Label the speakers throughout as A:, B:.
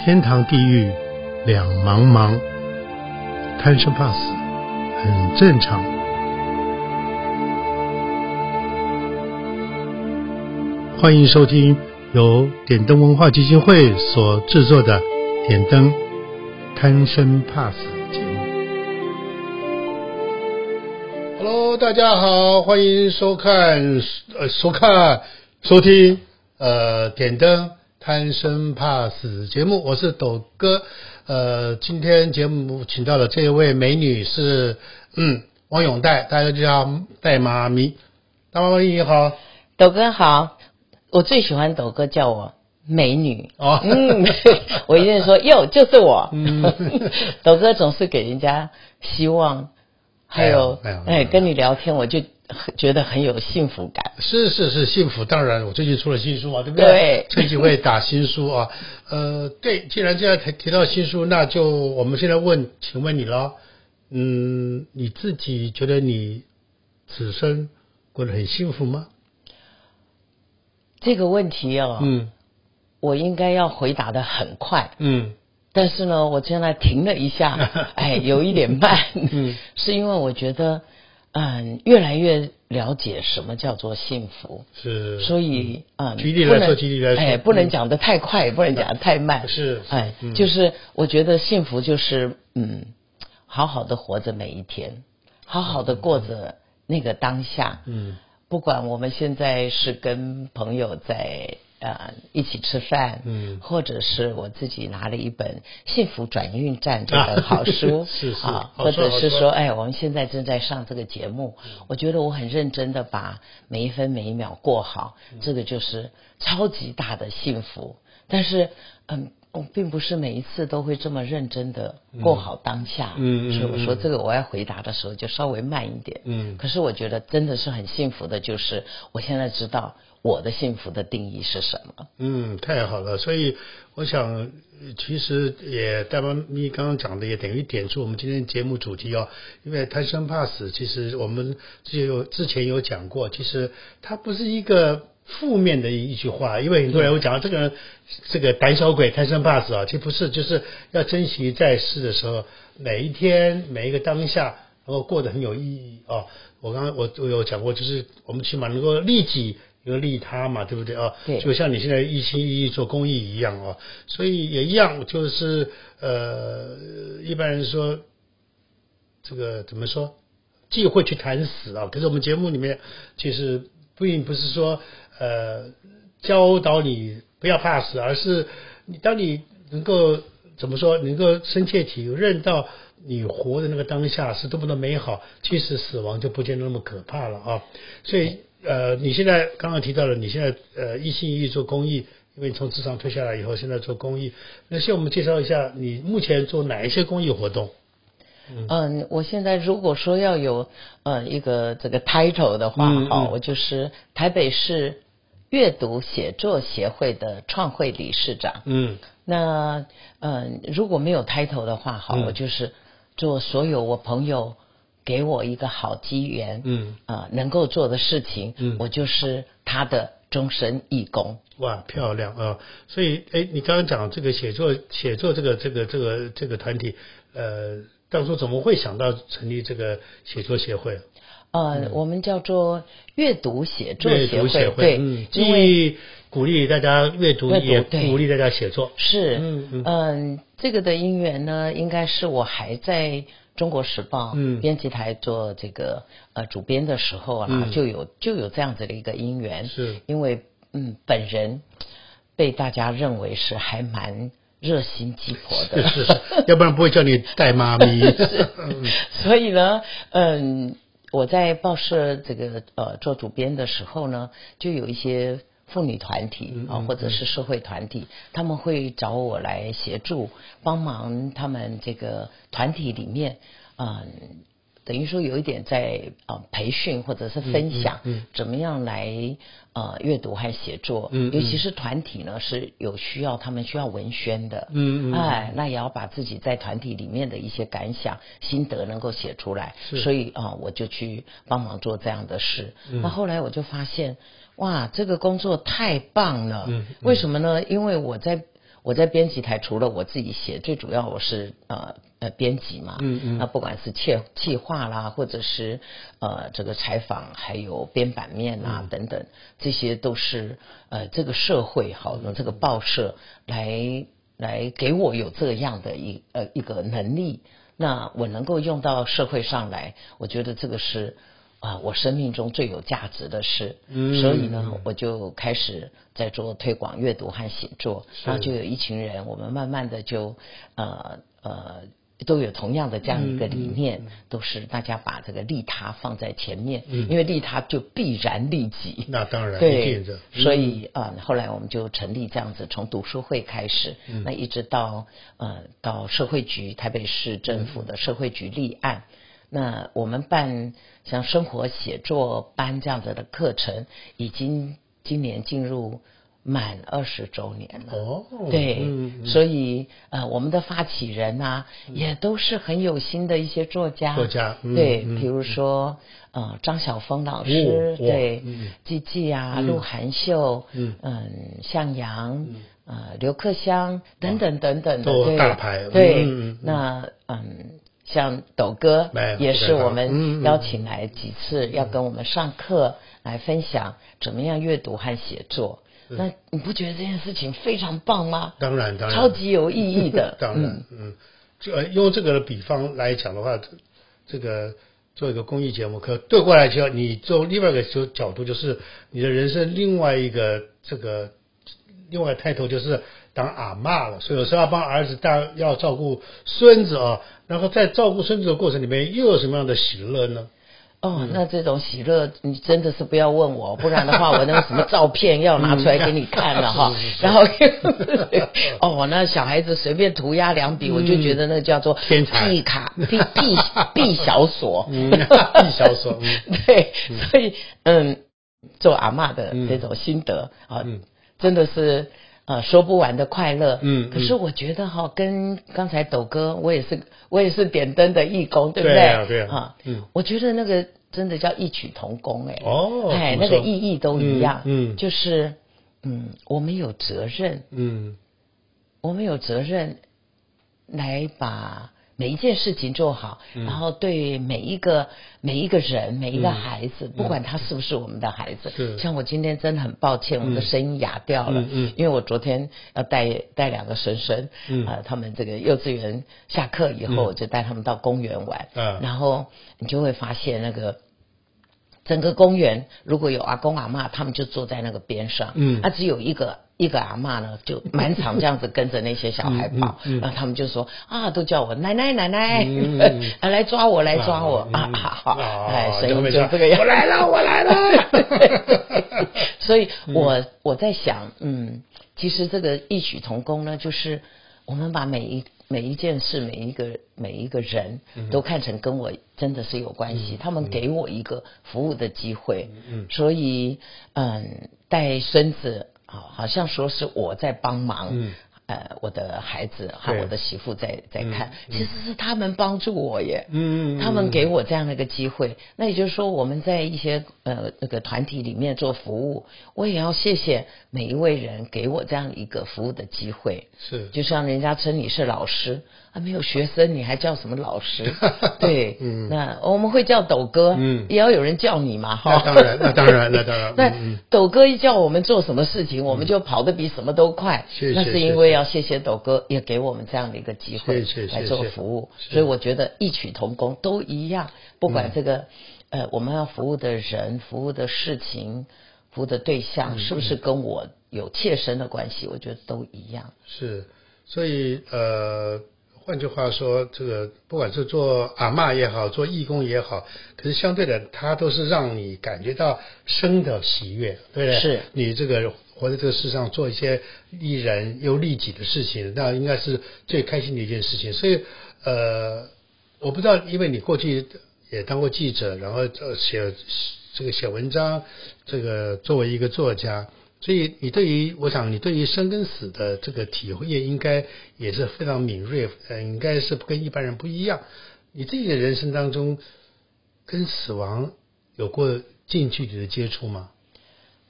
A: 天堂地狱两茫茫，贪生怕死很正常。欢迎收听由点灯文化基金会所制作的《点灯贪生怕死》节目。Hello，大家好，欢迎收看呃收看收听呃点灯贪生怕死节目，我是斗哥。呃，今天节目请到的这位美女是嗯王永黛，大家就叫她黛妈咪。大妈咪你好，
B: 斗哥好，我最喜欢斗哥叫我美女。
A: 哦
B: 嗯， 我一定说哟，就是我。
A: 嗯
B: 斗哥总是给人家希望，还有
A: 没有没有没
B: 哎，
A: 有
B: 跟你聊天我就很觉得很有幸福感。
A: 是是是，幸福。当然，我最近出了新书嘛，对不
B: 对
A: 最近会打新书啊。呃，对，既然这样提提到新书，那就我们现在问，请问你了，嗯，你自己觉得你此生过得很幸福吗？
B: 这个问题哦，
A: 嗯
B: 我应该要回答的很快，
A: 嗯，
B: 但是呢，我现在停了一下 哎，有一点慢。
A: 嗯，
B: 是因为我觉得，嗯，越来越了解什么叫做幸福。
A: 是，
B: 所以嗯，
A: 举例
B: 不
A: 来说
B: 能
A: 举例来说
B: 哎，不能
A: 嗯
B: 讲得太快，也不能讲得太慢，
A: 是是
B: 哎
A: 嗯，
B: 就是我觉得幸福就是嗯，好好的活着每一天，好好的过着那个当下，
A: 嗯
B: 不管我们现在是跟朋友在呃一起吃饭，
A: 嗯
B: 或者是我自己拿了一本《幸福转运站》这本好书，
A: 啊 是是
B: 啊，
A: 好
B: 或
A: 说
B: 者
A: 好
B: 是
A: 说
B: 说，哎，我们现在正在上这个节目，我觉得我很认真的把每一分每一秒过好，
A: 嗯
B: 这个就是超级大的幸福。但是，嗯。我并不是每一次都会这么认真的过好当下，
A: 嗯嗯
B: 所以我说
A: 嗯
B: 这个我要回答的时候就稍微慢一点，
A: 嗯
B: 可是我觉得真的是很幸福的，就是我现在知道我的幸福的定义是什么。
A: 嗯，太好了。所以我想，呃其实也大妈咪刚刚讲的也等于点出我们今天节目主题哦，因为贪生怕死，其实我们之前有之前有讲过，其实它不是一个。负面的一句话，因为很多人会讲到这个人，这个胆小鬼、贪生怕死啊，其实不是，就是要珍惜在世的时候，每一天、每一个当下，能够过得很有意义啊。我刚刚我我有讲过，就是我们起码能够利己，又利他嘛，对不对啊？
B: 对
A: 就像你现在一心一意做公益一样哦，所以也一样，就是呃，一般人说这个怎么说，忌讳去谈死啊。可是我们节目里面其实并不是说呃教导你不要怕死，而是你当你能够怎么说，能够深切体认到你活的那个当下是多么的美好，其实死亡就不见得那么可怕了啊。所以呃，你现在刚刚提到了，你现在呃一心一意做公益。因为你从职场退下来以后，现在做公益，那先我们介绍一下你目前做哪一些公益活动？
B: 嗯，我现在如果说要有呃一个这个 title 的话，哈、
A: 嗯嗯
B: 我就是台北市阅读写作协会的创会理事长。
A: 嗯
B: 那嗯、如果没有 title 的话，哈、
A: 嗯
B: 我就是做所有我朋友给我一个好机缘，
A: 嗯，
B: 呃，能够做的事情，
A: 嗯
B: 我就是他的终身义工。
A: 哇，漂亮啊、所以，哎，你刚刚讲这个写作、写作这个、这个、这个、这个团体，呃，当初怎么会想到成立这个写作协会？
B: 呃，我们叫做阅读写作
A: 嗯阅
B: 协
A: 读协会，
B: 对，
A: 嗯，
B: 因为
A: 既鼓励大家阅读，
B: 阅读
A: 也
B: 对
A: 鼓励大家写作。
B: 是
A: 嗯嗯
B: 嗯、这个的因缘呢，应该是我还在中国时报
A: 嗯
B: 编辑台做这个呃主编的时候啊，
A: 嗯
B: 就有就有这样子的一个因缘，
A: 是
B: 因为嗯本人被大家认为是还蛮热心激活
A: 是
B: 的，
A: 是是，要不然不会叫你带妈 咪。嗯
B: 所以呢，嗯，我在报社这个呃做主编的时候呢，就有一些妇女团体啊、
A: 嗯嗯
B: 或者是社会团体，他们会找我来协助，帮忙他们这个团体里面，嗯。等于说有一点在呃培训或者是分享，
A: 嗯嗯嗯
B: 怎么样来呃阅读和写作，
A: 嗯嗯
B: 尤其是团体呢是有需要，他们需要文宣的，
A: 嗯嗯嗯
B: 哎，那也要把自己在团体里面的一些感想、心得能够写出来
A: 是。嗯
B: 所以啊、我就去帮忙做这样的事。那后来我就发现，哇，这个工作太棒了。
A: 嗯嗯
B: 为什么呢？因为我在。我在编辑台除了我自己写，最主要我是呃呃编辑嘛，
A: 嗯嗯
B: 那不管是企企划啦，或者是呃这个采访，还有编版面啦、
A: 嗯
B: 等等，这些都是呃这个社会好，这个报社来来给我有这样的一呃一个能力，那我能够用到社会上来，我觉得这个是。啊，我生命中最有价值的事，
A: 嗯
B: 所以呢，我就开始在做推广阅读和写作，然后就有一群人，我们慢慢的就呃呃都有同样的这样一个理念，都是大家把这个利他放在前面，因为利他就必然利己。
A: 那当然一
B: 对
A: 定的，，
B: 所以啊、呃后来我们就成立这样子，从读书会开始，
A: 嗯
B: 那一直到呃到社会局台北市政府
A: 嗯
B: 的社会局立案。那我们办像生活写作班这样子的课程，已经今年进入满二十周年了。
A: 哦，
B: 对，
A: 嗯嗯
B: 所以呃，我们的发起人啊，也都是很有心的一些作家，
A: 作家嗯
B: 对，
A: 嗯
B: 比如说呃，张晓峰老师，
A: 哦哇
B: 对
A: 嗯，
B: 季季啊，鹿晗秀，
A: 嗯
B: 向阳，呃，刘克襄等等等等的，
A: 都
B: 对
A: 大牌嗯
B: 对，
A: 嗯嗯
B: 那嗯。像斗哥
A: 哎
B: 也是我
A: 嗯嗯
B: 们
A: 嗯
B: 邀请来几次，要跟我们上课来分享怎么样阅读和写作。那你不觉得这件事情非常棒吗？
A: 当然当然。
B: 超级有意义 的
A: 当然，嗯，就呃用这个的比方来讲的话，这这个做一个公益节目，可对过来讲，你做另外一个角角度，就是你的人生另外一个这个另外态度，就是当阿嬷了，所以有时候要帮儿子大要照顾孙子啊，然后在照顾孙子的过程里面，又有什么样的喜乐呢？嗯
B: 哦，那这种喜乐，你真的是不要问我，不然的话，我那个什么照片要拿出来给你看了哈。
A: 是是是
B: 然后，哦，我那小孩子随便涂鸦 两笔，我就觉得那叫做
A: 嗯天才
B: 屁卡屁 屁屁小所，
A: 嗯屁小所嗯嗯
B: 对，所以嗯，做阿嬷的这种心得啊、真的是。呃，说不完的快乐。
A: 嗯嗯
B: 可是我觉得哈、跟刚才斗哥，我也是，我也是点灯的义工，对不
A: 对
B: 对？
A: 啊对啊嗯
B: 嗯，我觉得那个真的叫异曲同工哎、
A: 哦
B: 哎，
A: 怎么
B: 那
A: 说
B: 个意义都一样，
A: 嗯嗯
B: 就是嗯，我们有责任，
A: 嗯
B: 我们有责任来把每一件事情做好，
A: 嗯
B: 然后对每一个每一个人、每一个孩子，不管他是不是我们的孩子，
A: 嗯是
B: 像我今天真的很抱歉，我的声音哑掉了，
A: 嗯嗯
B: 因为我昨天要带带两个婶婶，
A: 嗯
B: 呃，他们这个幼稚园下课以后，
A: 嗯
B: 我就带他们到公园玩，
A: 嗯
B: 然后你就会发现那个。整个公园如果有阿公阿嬷，他们就坐在那个边上，
A: 嗯
B: 那只有一个一个阿嬷呢，就满场这样子跟着那些小孩跑，
A: 嗯嗯嗯
B: 然后他们就说啊，都叫我奶奶奶奶，啊
A: 嗯嗯
B: 来抓我来抓我、
A: 啊
B: 啊，好，
A: 啊
B: 哎，声
A: 就
B: 音
A: 会
B: 就
A: 这样
B: 这个样，
A: 我来 了我来了
B: 所以我、我在想，嗯，其实这个异曲同工呢，就是我们把每一每一件事、每一个每一个人
A: 嗯
B: 都看成跟我真的是有关系，他们给我一个服务的机会，
A: 嗯
B: 所以嗯，带孙子好，好像说是我在帮忙，
A: 嗯
B: 呃，我的孩子和
A: 对
B: 我的媳妇在在看，
A: 嗯
B: 其实是他们帮助我耶，
A: 嗯，
B: 他们给我这样的一个机会，那也就是说，我们在一些呃那个团体里面做服务，我也要谢谢每一位人给我这样一个服务的机会。
A: 是
B: 就像人家称你是老师啊，没有学生你还叫什么老师？ 对，
A: 嗯
B: 那我们会叫斗哥，
A: 嗯
B: 也要有人叫你嘛，哈。
A: 那当然那当然那当然
B: 那
A: 嗯嗯嗯
B: 斗哥一叫我们做什么事情，我们就跑得比什么都快。
A: 谢谢
B: 那是因为要谢谢斗哥，也给我们这样的一个机会
A: 谢谢谢
B: 来做
A: 谢
B: 服务，
A: 是嗯
B: 所以我觉得异曲同工都一样，不管这个、呃我们要服务的人、服务的事情、服务的对
A: 嗯
B: 象，是不是跟我有切身的关系，我觉得都一样。
A: 是，所以呃，换句话说，这个不管是做阿嬷也好，做义工也好，可是相对的，它都是让你感觉到生的喜悦，对不对？
B: 是
A: 你这个活在这个世上做一些利人又利己的事情，那应该是最开心的一件事情。所以呃，我不知道，因为你过去也当过记者，然后呃写这个写文章，这个作为一个作家，所以你对于我想你对于生跟死的这个体会应该也是非常敏锐，呃，应该是跟一般人不一样。你自己的人生当中跟死亡有过近距离的接触吗？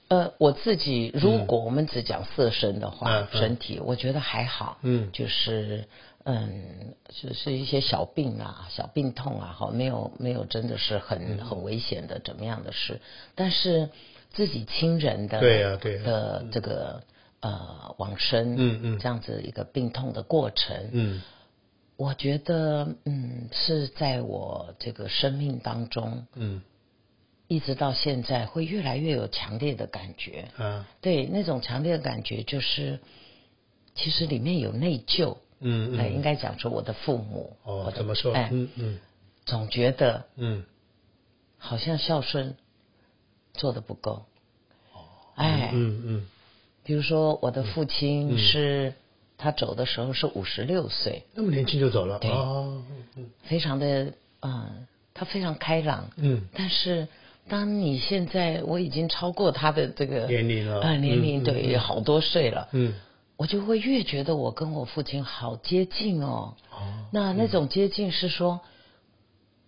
B: 呃，我自己如果我们只讲色身的话，
A: 嗯嗯
B: 身体我觉得还好，
A: 嗯
B: 就是嗯，就是一些小病啊、小病痛啊，哈，没有没有真的是很
A: 嗯
B: 很危险的怎么样的事，但是自己亲人的
A: 对呀对呀
B: 的这个呃往生，
A: 嗯嗯
B: 这样子一个病痛的过程，
A: 嗯
B: 我觉得嗯是在我这个生命当中。
A: 嗯
B: 一直到现在，会越来越有强烈的感觉。
A: 啊
B: 对，那种强烈的感觉就是，其实里面有内疚。
A: 嗯
B: 哎，
A: 嗯
B: 应该讲说我的父母，我
A: 哦，
B: 的
A: 怎么说？
B: 哎，
A: 嗯嗯
B: 总觉得
A: 嗯，
B: 好像孝顺做的不够。哎，
A: 嗯嗯
B: 比如说我的父亲
A: 嗯
B: 是、他走的时候是五十六岁，
A: 那么年轻就走了
B: 对
A: 哦，嗯
B: 非常的嗯，他非常开朗。
A: 嗯
B: 但是当你现在我已经超过他的这个
A: 嗯年龄了
B: 啊、年
A: 嗯
B: 龄对、好多岁了，
A: 嗯
B: 我就会越觉得我跟我父亲好接近哦。
A: 哦
B: 那那种接近是说，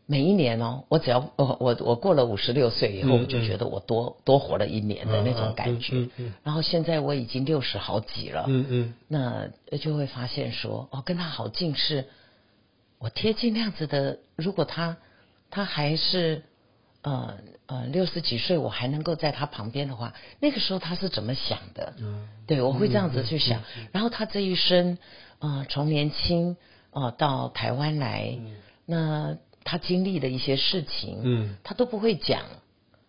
B: 每一年哦，我只要我我我过了五十六岁以后，
A: 嗯
B: 我就觉得我多多活了一年的那种感觉。
A: 嗯嗯嗯嗯
B: 然后现在我已经六十好几了，
A: 嗯嗯
B: 那就会发现说，哦，跟他好近是，我贴近那样子的，如果他他还是呃呃六十几岁，我还能够在他旁边的话，那个时候他是怎么想的？
A: 嗯
B: 对，我会这样子去想。然后他这一生，呃，从年轻呃到台湾来，那他经历的一些事情，
A: 嗯
B: 他都不会讲。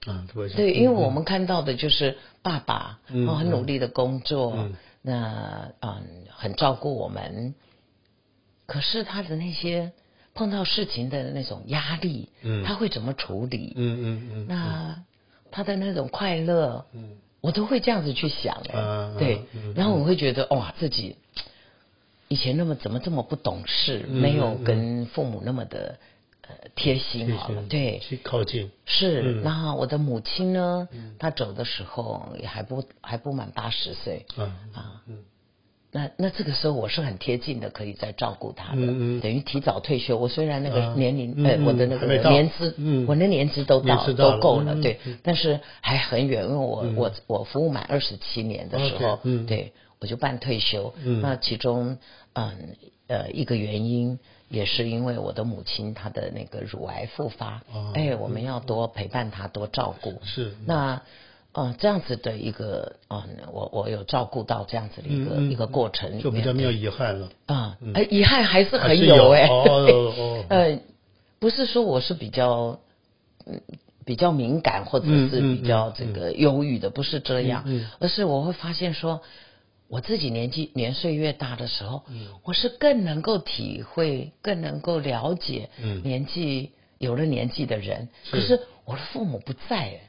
A: 啊，对不起
B: 对，因为我们看到的就是爸爸，
A: 嗯
B: 哦，很努力的工作，
A: 嗯
B: 那嗯，很照顾我们。可是他的那些碰到事情的那种压力，
A: 嗯
B: 他会怎么处理？
A: 嗯嗯嗯
B: 那他的那种快乐，
A: 嗯
B: 我都会这样子去想、哎、
A: 啊
B: 对
A: 嗯，
B: 然后我会觉得哇，自己以前那么怎么这么不懂事，
A: 嗯
B: 没有
A: 嗯
B: 跟父母那么的呃贴心好了，
A: 嗯，
B: 对，
A: 去靠近，
B: 是
A: 嗯，
B: 那我的母亲呢？她走的时候也还不还不满八十岁，
A: 啊
B: 啊
A: 嗯
B: 那那这个时候我是很贴近的，可以在照顾她的，
A: 嗯嗯
B: 等于提早退休。我虽然那
A: 啊
B: 个年龄，
A: 嗯
B: 呃，
A: 嗯
B: 我的那
A: 还
B: 个
A: 没到
B: 年资，
A: 嗯
B: 我的年资都
A: 年
B: 到
A: 资到了
B: 都够了，
A: 嗯
B: 对
A: 嗯，
B: 但是还很远，因为我、我我服务满二十七年的时候
A: OK，，嗯
B: 对我就办退休。
A: 嗯
B: 那其中，嗯呃，一个原因也是因为我的母亲她的那个乳癌复发，
A: 哦
B: 哎，我们要多陪伴她，多照顾。
A: 是
B: 那呃这样子的一个嗯、我我有照顾到这样子的一个、
A: 嗯嗯
B: 一个过程里面，
A: 就比较没有遗憾了。
B: 啊，
A: 嗯
B: 呃遗憾还是
A: 还是
B: 很
A: 有
B: 哎、
A: 哦
B: 对
A: 哦哦
B: 呃，不是说我是比较嗯比较敏感或者
A: 嗯
B: 是
A: 嗯
B: 比较这个忧郁的，不是这样，
A: 嗯嗯
B: 而是我会发现说。我自己年纪年岁越大的时候，
A: 嗯
B: 我是更能够体会、更能够了解
A: 嗯
B: 年纪、有了年纪的人。
A: 是
B: 可是我的父母不在，哎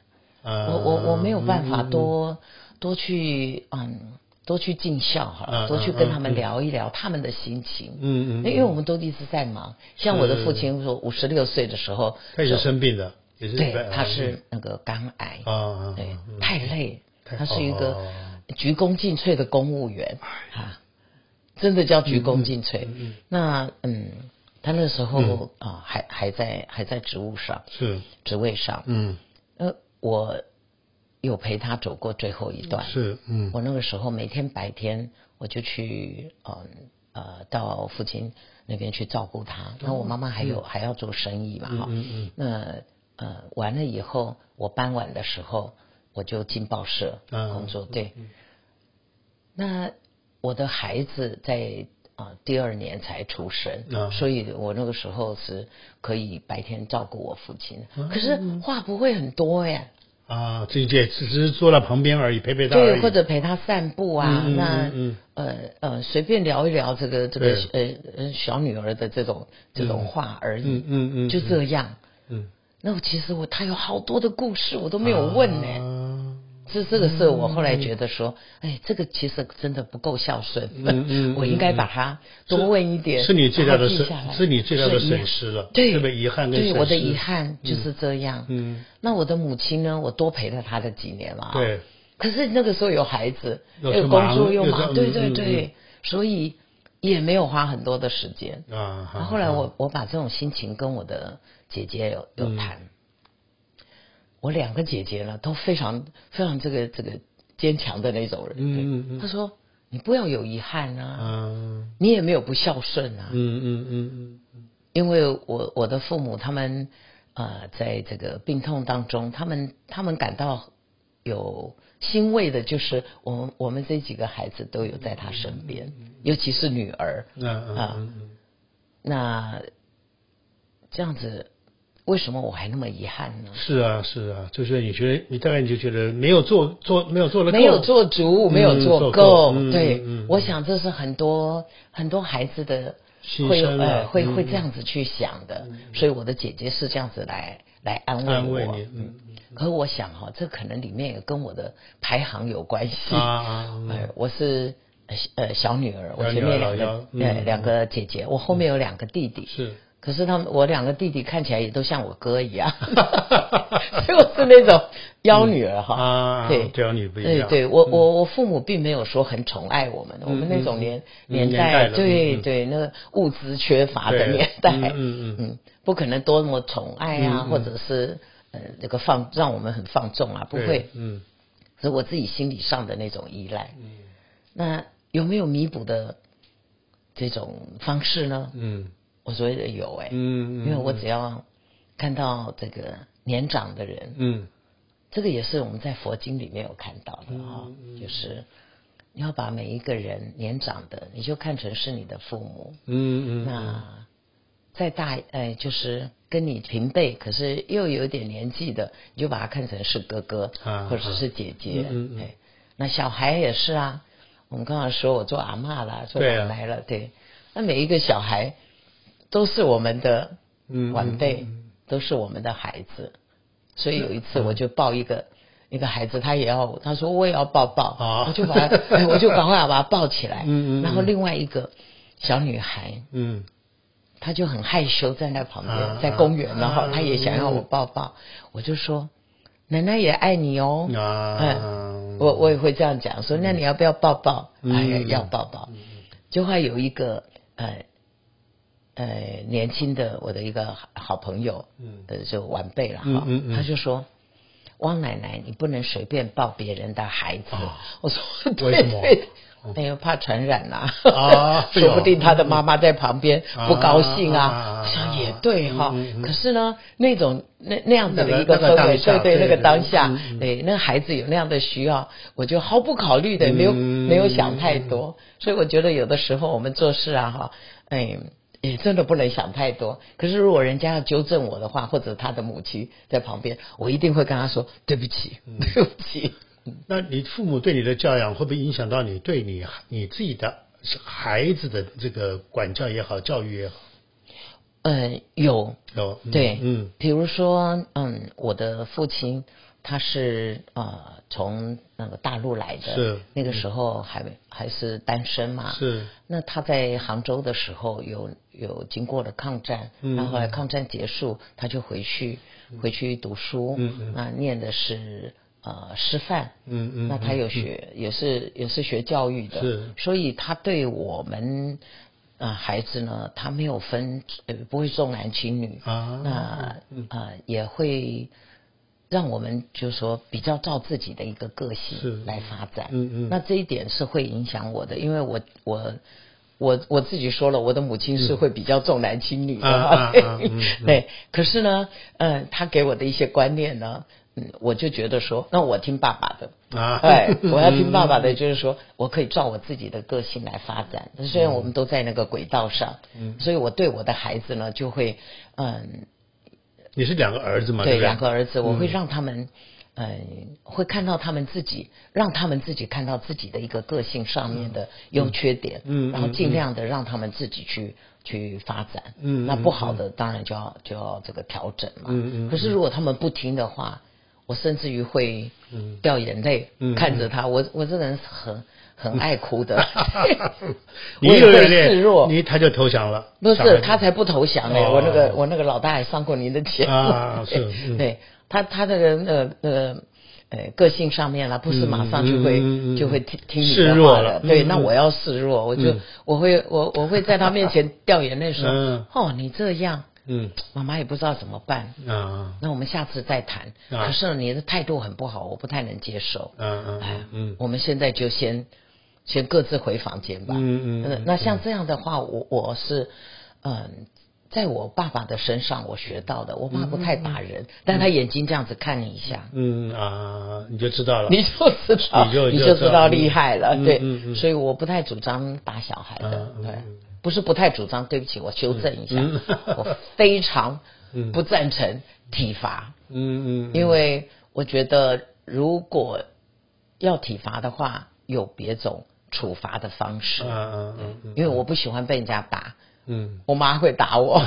A: 啊，
B: 我我我没有办
A: 嗯
B: 法多、多去嗯多去尽孝哈，
A: 嗯
B: 多去
A: 嗯
B: 跟他
A: 嗯
B: 们聊一聊他们的心情。
A: 嗯嗯嗯
B: 因为我们都一直在忙。像我的父
A: 是
B: 亲说，五十六岁的时候，
A: 他也是生病的，也是呃
B: 对
A: 一般，
B: 他是那个肝癌，
A: 啊啊，
B: 对
A: 啊，嗯
B: 太累，
A: 太
B: 他是一个
A: 哦
B: 鞠躬尽瘁的公务员
A: 哎
B: 啊，真的叫鞠躬尽
A: 嗯
B: 瘁。那嗯，他那时候啊、还还在还在职务上
A: 是
B: 职位上，
A: 嗯
B: 呃，我有陪他走过最后一段。
A: 是嗯
B: 我那个时候每天白天我就去，嗯呃，到父亲那边去照顾他。那我妈妈还有、还要做生意嘛，哈、
A: 哦嗯嗯
B: 那呃，完了以后，我傍晚的时候我就进报社
A: 啊
B: 工作，对。那我的孩子在啊、呃第二年才出生、
A: 啊
B: 所以我那个时候是可以白天照顾我父亲的，可是
A: 嗯
B: 话不会很多耶。
A: 啊，这这只是坐在旁边而已，陪陪他而
B: 对，
A: 已
B: 或者陪他散步啊，
A: 嗯嗯
B: 那
A: 嗯
B: 呃呃，随便聊一聊这个这个呃
A: 对
B: 呃小女儿的这种这种话而已，
A: 嗯嗯嗯
B: 就这样。
A: 嗯
B: 那我其实我他有好多的故事，我都没有问呢、
A: 啊
B: 这这个是我后来觉得说，哎，这个其实真的不够孝顺，
A: 嗯嗯
B: 我应该把它多问一点，
A: 是你最大的
B: 然后记下
A: 损，
B: 来
A: 是你最大的
B: 是遗憾
A: 损失了，
B: 对，
A: 特别遗憾跟
B: 对，
A: 损失。
B: 我的遗，憾就是这样。
A: 嗯，
B: 那我的母亲呢？我多陪了她的几年了、啊。
A: 对。
B: 可是那个时候有孩子，
A: 又是
B: 有工作
A: 忙
B: 又
A: 又是
B: 忙，对
A: 嗯
B: 对
A: 嗯
B: 对，
A: 嗯
B: 所以也没有花很多的时间。
A: 啊，
B: 然
A: 好嗯
B: 后后来我我把这种心情跟我的姐姐有有谈，我两个姐姐呢都非常非常这个这个坚强的那种人。
A: 嗯嗯嗯
B: 他说你不要有遗憾啊，
A: 嗯
B: 你也没有不孝顺啊，
A: 嗯嗯嗯嗯
B: 因为我我的父母他们呃在这个病痛当中，他们他们感到有欣慰的，就是我们我们这几个孩子都有在他身边，尤其是女儿。
A: 嗯嗯
B: 啊
A: 嗯
B: 那这样子，为什么我还那么遗憾呢
A: 嗯，？是啊是啊，就是你觉得你大概你就觉得没有做做没有做的
B: 没有做足，
A: 嗯
B: 没有
A: 做
B: 做
A: 够
B: 够，
A: 嗯
B: 对、
A: 嗯嗯
B: 我想这是很多很多孩子的
A: 牺
B: 会
A: 牲了
B: 呃会
A: 嗯
B: 会这样子去想的，所以我的姐姐是这样子来来安慰
A: 安慰
B: 我。
A: 你嗯
B: 可我想哈、这可能里面也跟我的排行有关系。
A: 啊啊嗯
B: 呃，我是呃呃小女儿，我
A: 小女
B: 前
A: 儿
B: 面
A: 老
B: 两
A: 幺
B: 个、
A: 嗯
B: 呃两个姐姐，我后面有两个弟弟。
A: 是
B: 可是他们，我两个弟弟看起来也都像我哥一样， 所以我是那种幺女儿哈、
A: 嗯啊
B: 对，哎
A: 这样你不一样
B: 对，对我我我父母并没有说很宠爱我们，我们那
A: 嗯
B: 种
A: 嗯
B: 年
A: 嗯
B: 年
A: 年代
B: 代，
A: 了
B: 对
A: 嗯嗯
B: 对，那个物资缺乏的
A: 对
B: 年代，
A: 嗯嗯嗯嗯
B: 不可能多么宠爱啊，或者是呃这个放让我们很放纵啊，不
A: 对
B: 会，
A: 嗯
B: 是我自己心理上的那种依赖。那有没有弥补的这种方式呢？
A: 嗯
B: 我觉得有哎、
A: 嗯嗯
B: 因为我只要看到这个年长的人，
A: 嗯
B: 这个也是我们在佛经里面有看到的哈、
A: 嗯
B: 就是你要把每一个人年长的，你就看成是你的父母，
A: 嗯嗯
B: 那再大呃，就是跟你平辈，可是又有点年纪的，你就把他看成是哥哥、
A: 啊
B: 或者是姐姐。
A: 啊嗯嗯嗯
B: 哎那小孩也是啊。我们刚才说我做阿嬷啦，做
A: 对
B: 奶
A: 啊
B: 奶了，对那每一个小孩都是我们的
A: 嗯
B: 晚辈，
A: 嗯
B: 都是我们的孩子。所以有一次我就抱一个。一个孩子，他也要，他说我也要抱抱，
A: 啊
B: 我就 把他，哎我就赶快把他抱起来，
A: 嗯嗯嗯
B: 然后另外一个小女孩，
A: 嗯
B: 他就很害羞站在旁边，
A: 啊
B: 在公园，然后
A: 啊
B: 他也想要我抱抱，我就说奶奶也爱你哦，
A: 嗯啊
B: 我我也会这样讲，说那你要不要抱抱？
A: 嗯
B: 哎呀，要抱抱。就会有一个呃呃年轻的我的一个好好朋友，
A: 嗯
B: 呃就晚辈了哈，
A: 嗯嗯嗯
B: 他就说。汪奶奶，你不能随便抱别人的孩子。
A: 啊
B: 我说
A: 为什
B: 对
A: 么哦
B: 对，哎呦，怕传染呐、
A: 啊哎呦
B: 说不定他的妈妈在旁边
A: 啊
B: 不高兴啊。
A: 啊
B: 我想也对哈、
A: 嗯嗯嗯
B: 可是呢，那种那那样子的一
A: 那个那个
B: 氛围，
A: 当下
B: 对
A: 对
B: 对，那个当下，
A: 对嗯嗯
B: 对，哎那孩子有那样的需要，我就毫不考虑的，没有
A: 嗯
B: 没有想太多。所以我觉得有的时候我们做事啊，哈，哎，也真的不能想太多。可是如果人家要纠正我的话，或者他的母亲在旁边，我一定会跟他说对不起，
A: 嗯
B: 对不起。
A: 那你父母对你的教养会不会影响到你对你你自己的孩子的这个管教也好，教育也好？
B: 嗯，有
A: 有嗯
B: 对，
A: 嗯，
B: 比如说，嗯，我的父亲他是呃从那个大陆来的，
A: 是
B: 那个时候还没还是单身嘛，
A: 是
B: 那他在杭州的时候有有经过了抗战，
A: 嗯
B: 然后后来抗战结束，他就回去回去读书，
A: 嗯嗯
B: 那念的是呃师范，
A: 嗯嗯
B: 那他有学也是也是学教育的，
A: 是
B: 所以他对我们啊、呃孩子呢，他没有分呃不会重男轻女
A: 啊
B: 那啊、呃也会。让我们就说比较照自己的一个个
A: 是
B: 性来发展，
A: 嗯嗯
B: 那这一点是会影响我的，因为我我我我自己说了，我的母亲是会比较重男轻女
A: 嗯
B: 的，
A: 啊啊啊嗯嗯
B: 对。可是呢，嗯，他给我的一些观念呢，嗯，我就觉得说，那我听爸爸的。
A: 啊嗯
B: 哎， 我要听爸爸的，就是说我可以照我自己的个性来发展。虽然我
A: 嗯
B: 们都在那个轨道上，嗯，所以我对我的孩子呢，就会，嗯，
A: 你是两个儿子嘛？
B: 对
A: 不对
B: 两 个儿子，我会让他们，嗯，会看到他们自己，让他们自己看到自己的一个个性上面的优缺点，
A: 嗯嗯嗯
B: 然后尽量的让他们自己去去发展，
A: 嗯嗯
B: 那不好的当然就要就要这个调整嘛，
A: 嗯嗯
B: 可是如果他们不听的话，我甚至于会掉眼泪，
A: 嗯嗯
B: 看着他，我我这个人是很很爱
A: ，
B: 哭的
A: 你
B: 我
A: 一
B: 也
A: 有
B: 会
A: 点
B: 示弱，
A: 你他就投降了。
B: 不
A: 小孩
B: 是
A: 子
B: 他才不投降哎、
A: 哦
B: 我那个我那个老大还上过您的节目
A: 啊是嗯
B: 对他他这个呃呃呃个性上面啦，不是马上就
A: 嗯
B: 会、
A: 嗯嗯嗯
B: 就会听听你
A: 示
B: 的
A: 弱
B: 话
A: 了
B: 了，对，
A: 嗯
B: 那
A: 嗯
B: 我要示弱，我就、
A: 嗯
B: 我会我我会在他面前掉眼泪说，
A: 嗯
B: 哦你这样
A: 嗯
B: 妈妈也不知道怎么办，
A: 啊
B: 那我们下次再谈。
A: 啊
B: 可是你的态度很不好，我不太能接受。
A: 啊啊
B: 哎，
A: 嗯
B: 我们现在就先先各自回房间吧。
A: 嗯嗯
B: 那
A: 嗯
B: 那像这样的话，我我是嗯。在我爸爸的身上，我学到的。我爸不太打人，但他眼睛这样子看你一下，
A: 嗯啊，你就知道了。
B: 你就知道，
A: 你就就知
B: 知
A: 道
B: 道
A: 嗯
B: 厉害了。
A: 嗯
B: 对，
A: 嗯嗯
B: 所以我不太主张打小孩的。
A: 嗯嗯
B: 对
A: 嗯，
B: 不是不太主张，对不起，我修正一下，
A: 嗯
B: 我非常
A: 嗯
B: 不赞成体罚，
A: 嗯嗯，
B: 因为我觉得如果要体罚的话，有别种处罚的方式
A: 啊。啊嗯
B: 因为我不喜欢被人家打，
A: 嗯
B: 我妈会打 我，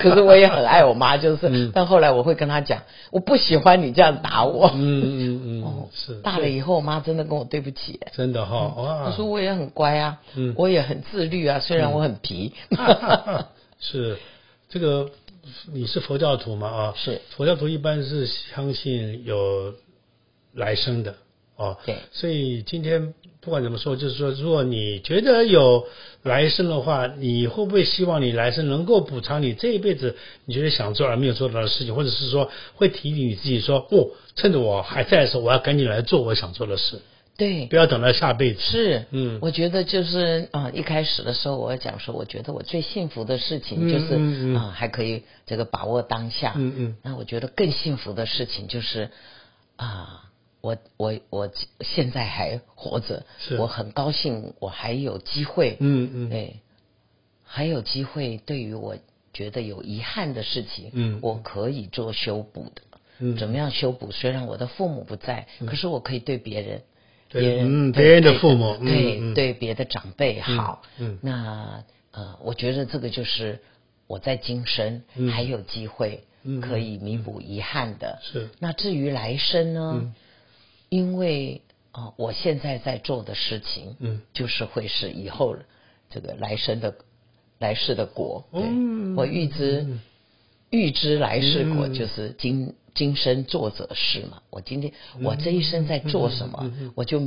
B: 可是我也很爱我妈，就是，
A: 嗯
B: 但后来我会跟她讲，我不喜欢你这样打我。
A: 嗯嗯嗯
B: 哦，
A: 是
B: 大了以后，我妈真的跟我对不起。哎
A: 真的哈哇
B: 她，说我也很乖啊，
A: 嗯
B: 我也很自律啊，虽然我很皮。
A: 是这个你是佛教徒嘛啊？
B: 是
A: 佛教徒一般是相信有来生的哦。
B: 对
A: 所以今天不管怎么说，就是说，如果你觉得有来生的话，你会不会希望你来生能够补偿你这一辈子你觉得想做而没有做到的事情，或者是说会提醒你自己说，哦，趁着我还在的时候，我要赶紧来做我想做的事，
B: 对
A: 不，要等到下辈子。
B: 是，
A: 嗯
B: 我觉得就是啊、呃一开始的时候我讲说，我觉得我最幸福的事情
A: 嗯
B: 就是啊、
A: 嗯嗯
B: 呃还可以这个把握当下。
A: 嗯嗯
B: 那我觉得更幸福的事情就是啊、我我我现在还活着
A: 是，
B: 我很高兴，我还有机会，
A: 嗯嗯
B: 对，还有机会对于我觉得有遗憾的事情，
A: 嗯
B: 我可以做修补的。
A: 嗯
B: 怎么样修补？虽然我的父母不在，可是我可以对别人。
A: 对
B: 别人
A: 嗯别人的
B: 对
A: 父母嗯嗯
B: 对对别的长辈好，
A: 嗯嗯
B: 那呃，我觉得这个就是我在今生
A: 嗯
B: 还有机会
A: 嗯
B: 可以弥补遗憾的。
A: 是嗯
B: 那至于来生呢？因为啊，我现在在做的事情，
A: 嗯，
B: 就是会是以后这个来生的来世的果。对
A: 嗯
B: 我预知预知来世果，
A: 嗯
B: 就是今今生作者是嘛。我今天
A: 嗯
B: 我这一生在做什么，我就。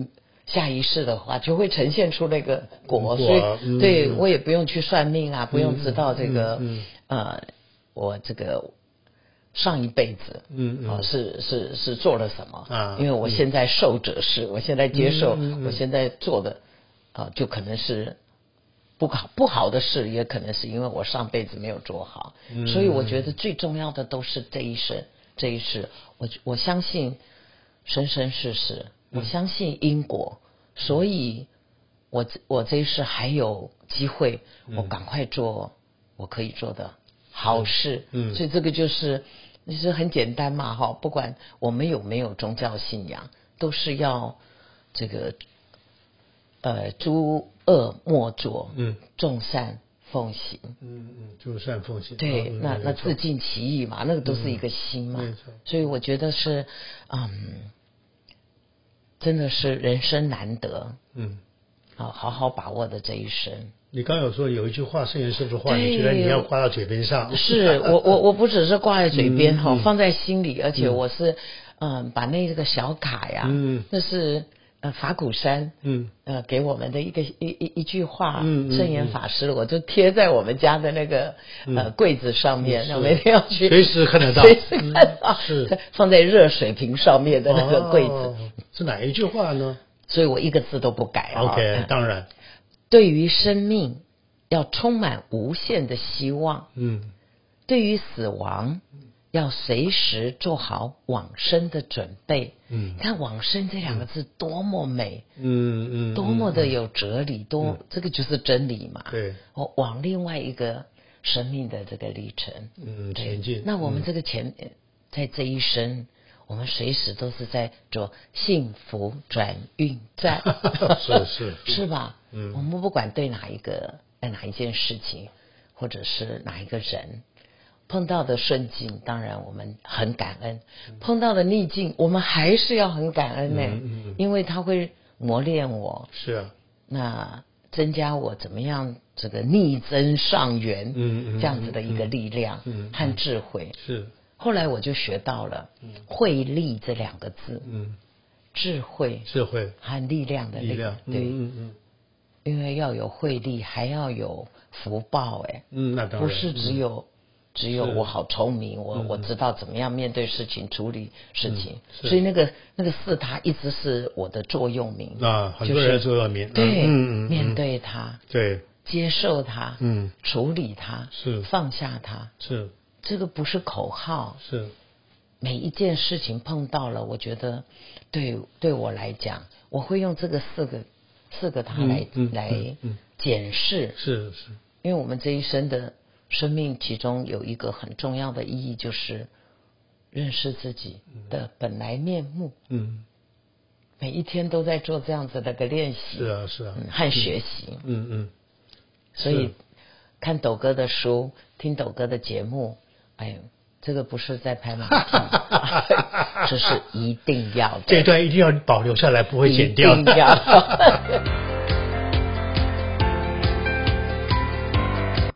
B: 下一世的话，就会呈现出那个果，
A: 果
B: 所以、
A: 嗯
B: 对我也不用去算命啊，不用知道这个、
A: 嗯
B: 呃，我这个上一辈子，
A: 嗯嗯
B: 啊、是是是做了什么
A: 啊
B: 因为我现在受者是，我现在接受，
A: 嗯嗯嗯
B: 我现在做的啊、就可能是不好不好的事，也可能是因为我上辈子没有做好，
A: 嗯
B: 所以我觉得最重要的都是这一生这一世，我我相信生生世世，
A: 嗯
B: 我相信因果，所以我这我这一世还有机会，
A: 嗯
B: 我赶快做我可以做的好事，
A: 嗯嗯
B: 所以这个就是就是很简单嘛哈，不管我们有没有宗教信仰，都是要这个呃诸恶莫作，
A: 嗯，
B: 众善奉行，
A: 嗯嗯，就是善奉行。
B: 对，
A: 嗯
B: 那
A: 没
B: 那
A: 错嗯
B: 自尽其意嘛，那个都是一个心嘛，
A: 没错
B: 所以我觉得是嗯，真的是人生难得
A: 嗯，
B: 啊，好好把握的这一生。
A: 你刚有说有一句话，圣严师傅话，
B: 对
A: 你觉得你要挂到嘴边上？
B: 是我我我不只是挂在嘴边哈、
A: 嗯嗯
B: 放在心里，而且我是嗯把那个小卡呀，
A: 嗯
B: 那是呃法鼓山。
A: 嗯
B: 呃，给我们的一个一一一句话，
A: 嗯嗯
B: 圣严法师，我就贴在我们家的那个、呃柜子上面，那
A: 是
B: 我每天要去
A: 随时看得到
B: 随时看到，
A: 嗯是
B: 放在热水瓶上面的那个柜子，
A: 哦是哪一句话呢
B: 所以我一个字都不改啊。
A: ？OK，当然，
B: 对于生命要充满无限的希望，
A: 嗯
B: 对于死亡，要随时做好往生的准备。
A: 嗯
B: 你看“往生”这两个字多么美，
A: 嗯嗯，
B: 多么的有哲理，多这个就是真理嘛。
A: 嗯对，
B: 哦，往另外一个生命的这个历程，
A: 嗯
B: 对
A: 前进。，
B: 那我们这个前在这一生。我们随时都是在做幸福转运站
A: 是是是
B: 是吧？
A: 嗯
B: 我们不管对哪一个、呃哪一件事情，或者是哪一个人，碰到的顺境，当然我们很感恩；碰到的逆境，我们还是要很感恩呢、
A: 嗯嗯嗯
B: 因为它会磨练我，
A: 是啊，
B: 那增加我怎么样这个逆增上缘，
A: 嗯嗯
B: 这样子的一个力量、
A: 嗯嗯
B: 和智慧。
A: 是
B: 后来我就学到了“慧力”这两个字，
A: 嗯，
B: 智慧
A: 智慧
B: 和力量的
A: 力量，
B: 对，
A: 嗯嗯嗯
B: 因为要有慧力，还要有福报，哎，
A: 嗯，那当然
B: 不是只有只有
A: 是
B: 我好聪明，我
A: 嗯
B: 我知道怎么样面对事情、处理事情，
A: 是
B: 所以那个那个四他一直是我的座右铭，
A: 啊，很
B: 就
A: 多人
B: 是
A: 做恶名，
B: 对，
A: 嗯嗯嗯，
B: 面对他，
A: 对，
B: 接受他，
A: 嗯，
B: 处理他，
A: 是
B: 放下他，
A: 是
B: 这个不是口号，
A: 是，
B: 每一件事情碰到了，我觉得对对我来讲，我会用这个四个四个它
A: 嗯
B: 来、
A: 嗯
B: 来
A: 嗯嗯
B: 检视，
A: 是是，
B: 因为我们这一生的生命，其中有一个很重要的意义就是认识自己的本来面目。
A: 嗯，
B: 每一天都在做这样子的一个练习，
A: 是啊是啊，
B: 嗯，和学习，
A: 嗯 嗯，
B: 所以看斗哥的书，听斗哥的节目，哎呦，这个不是在拍马 屁，这是一定要的。
A: 这一段一定要保留下来，不会
B: 一
A: 剪掉。
B: 定要。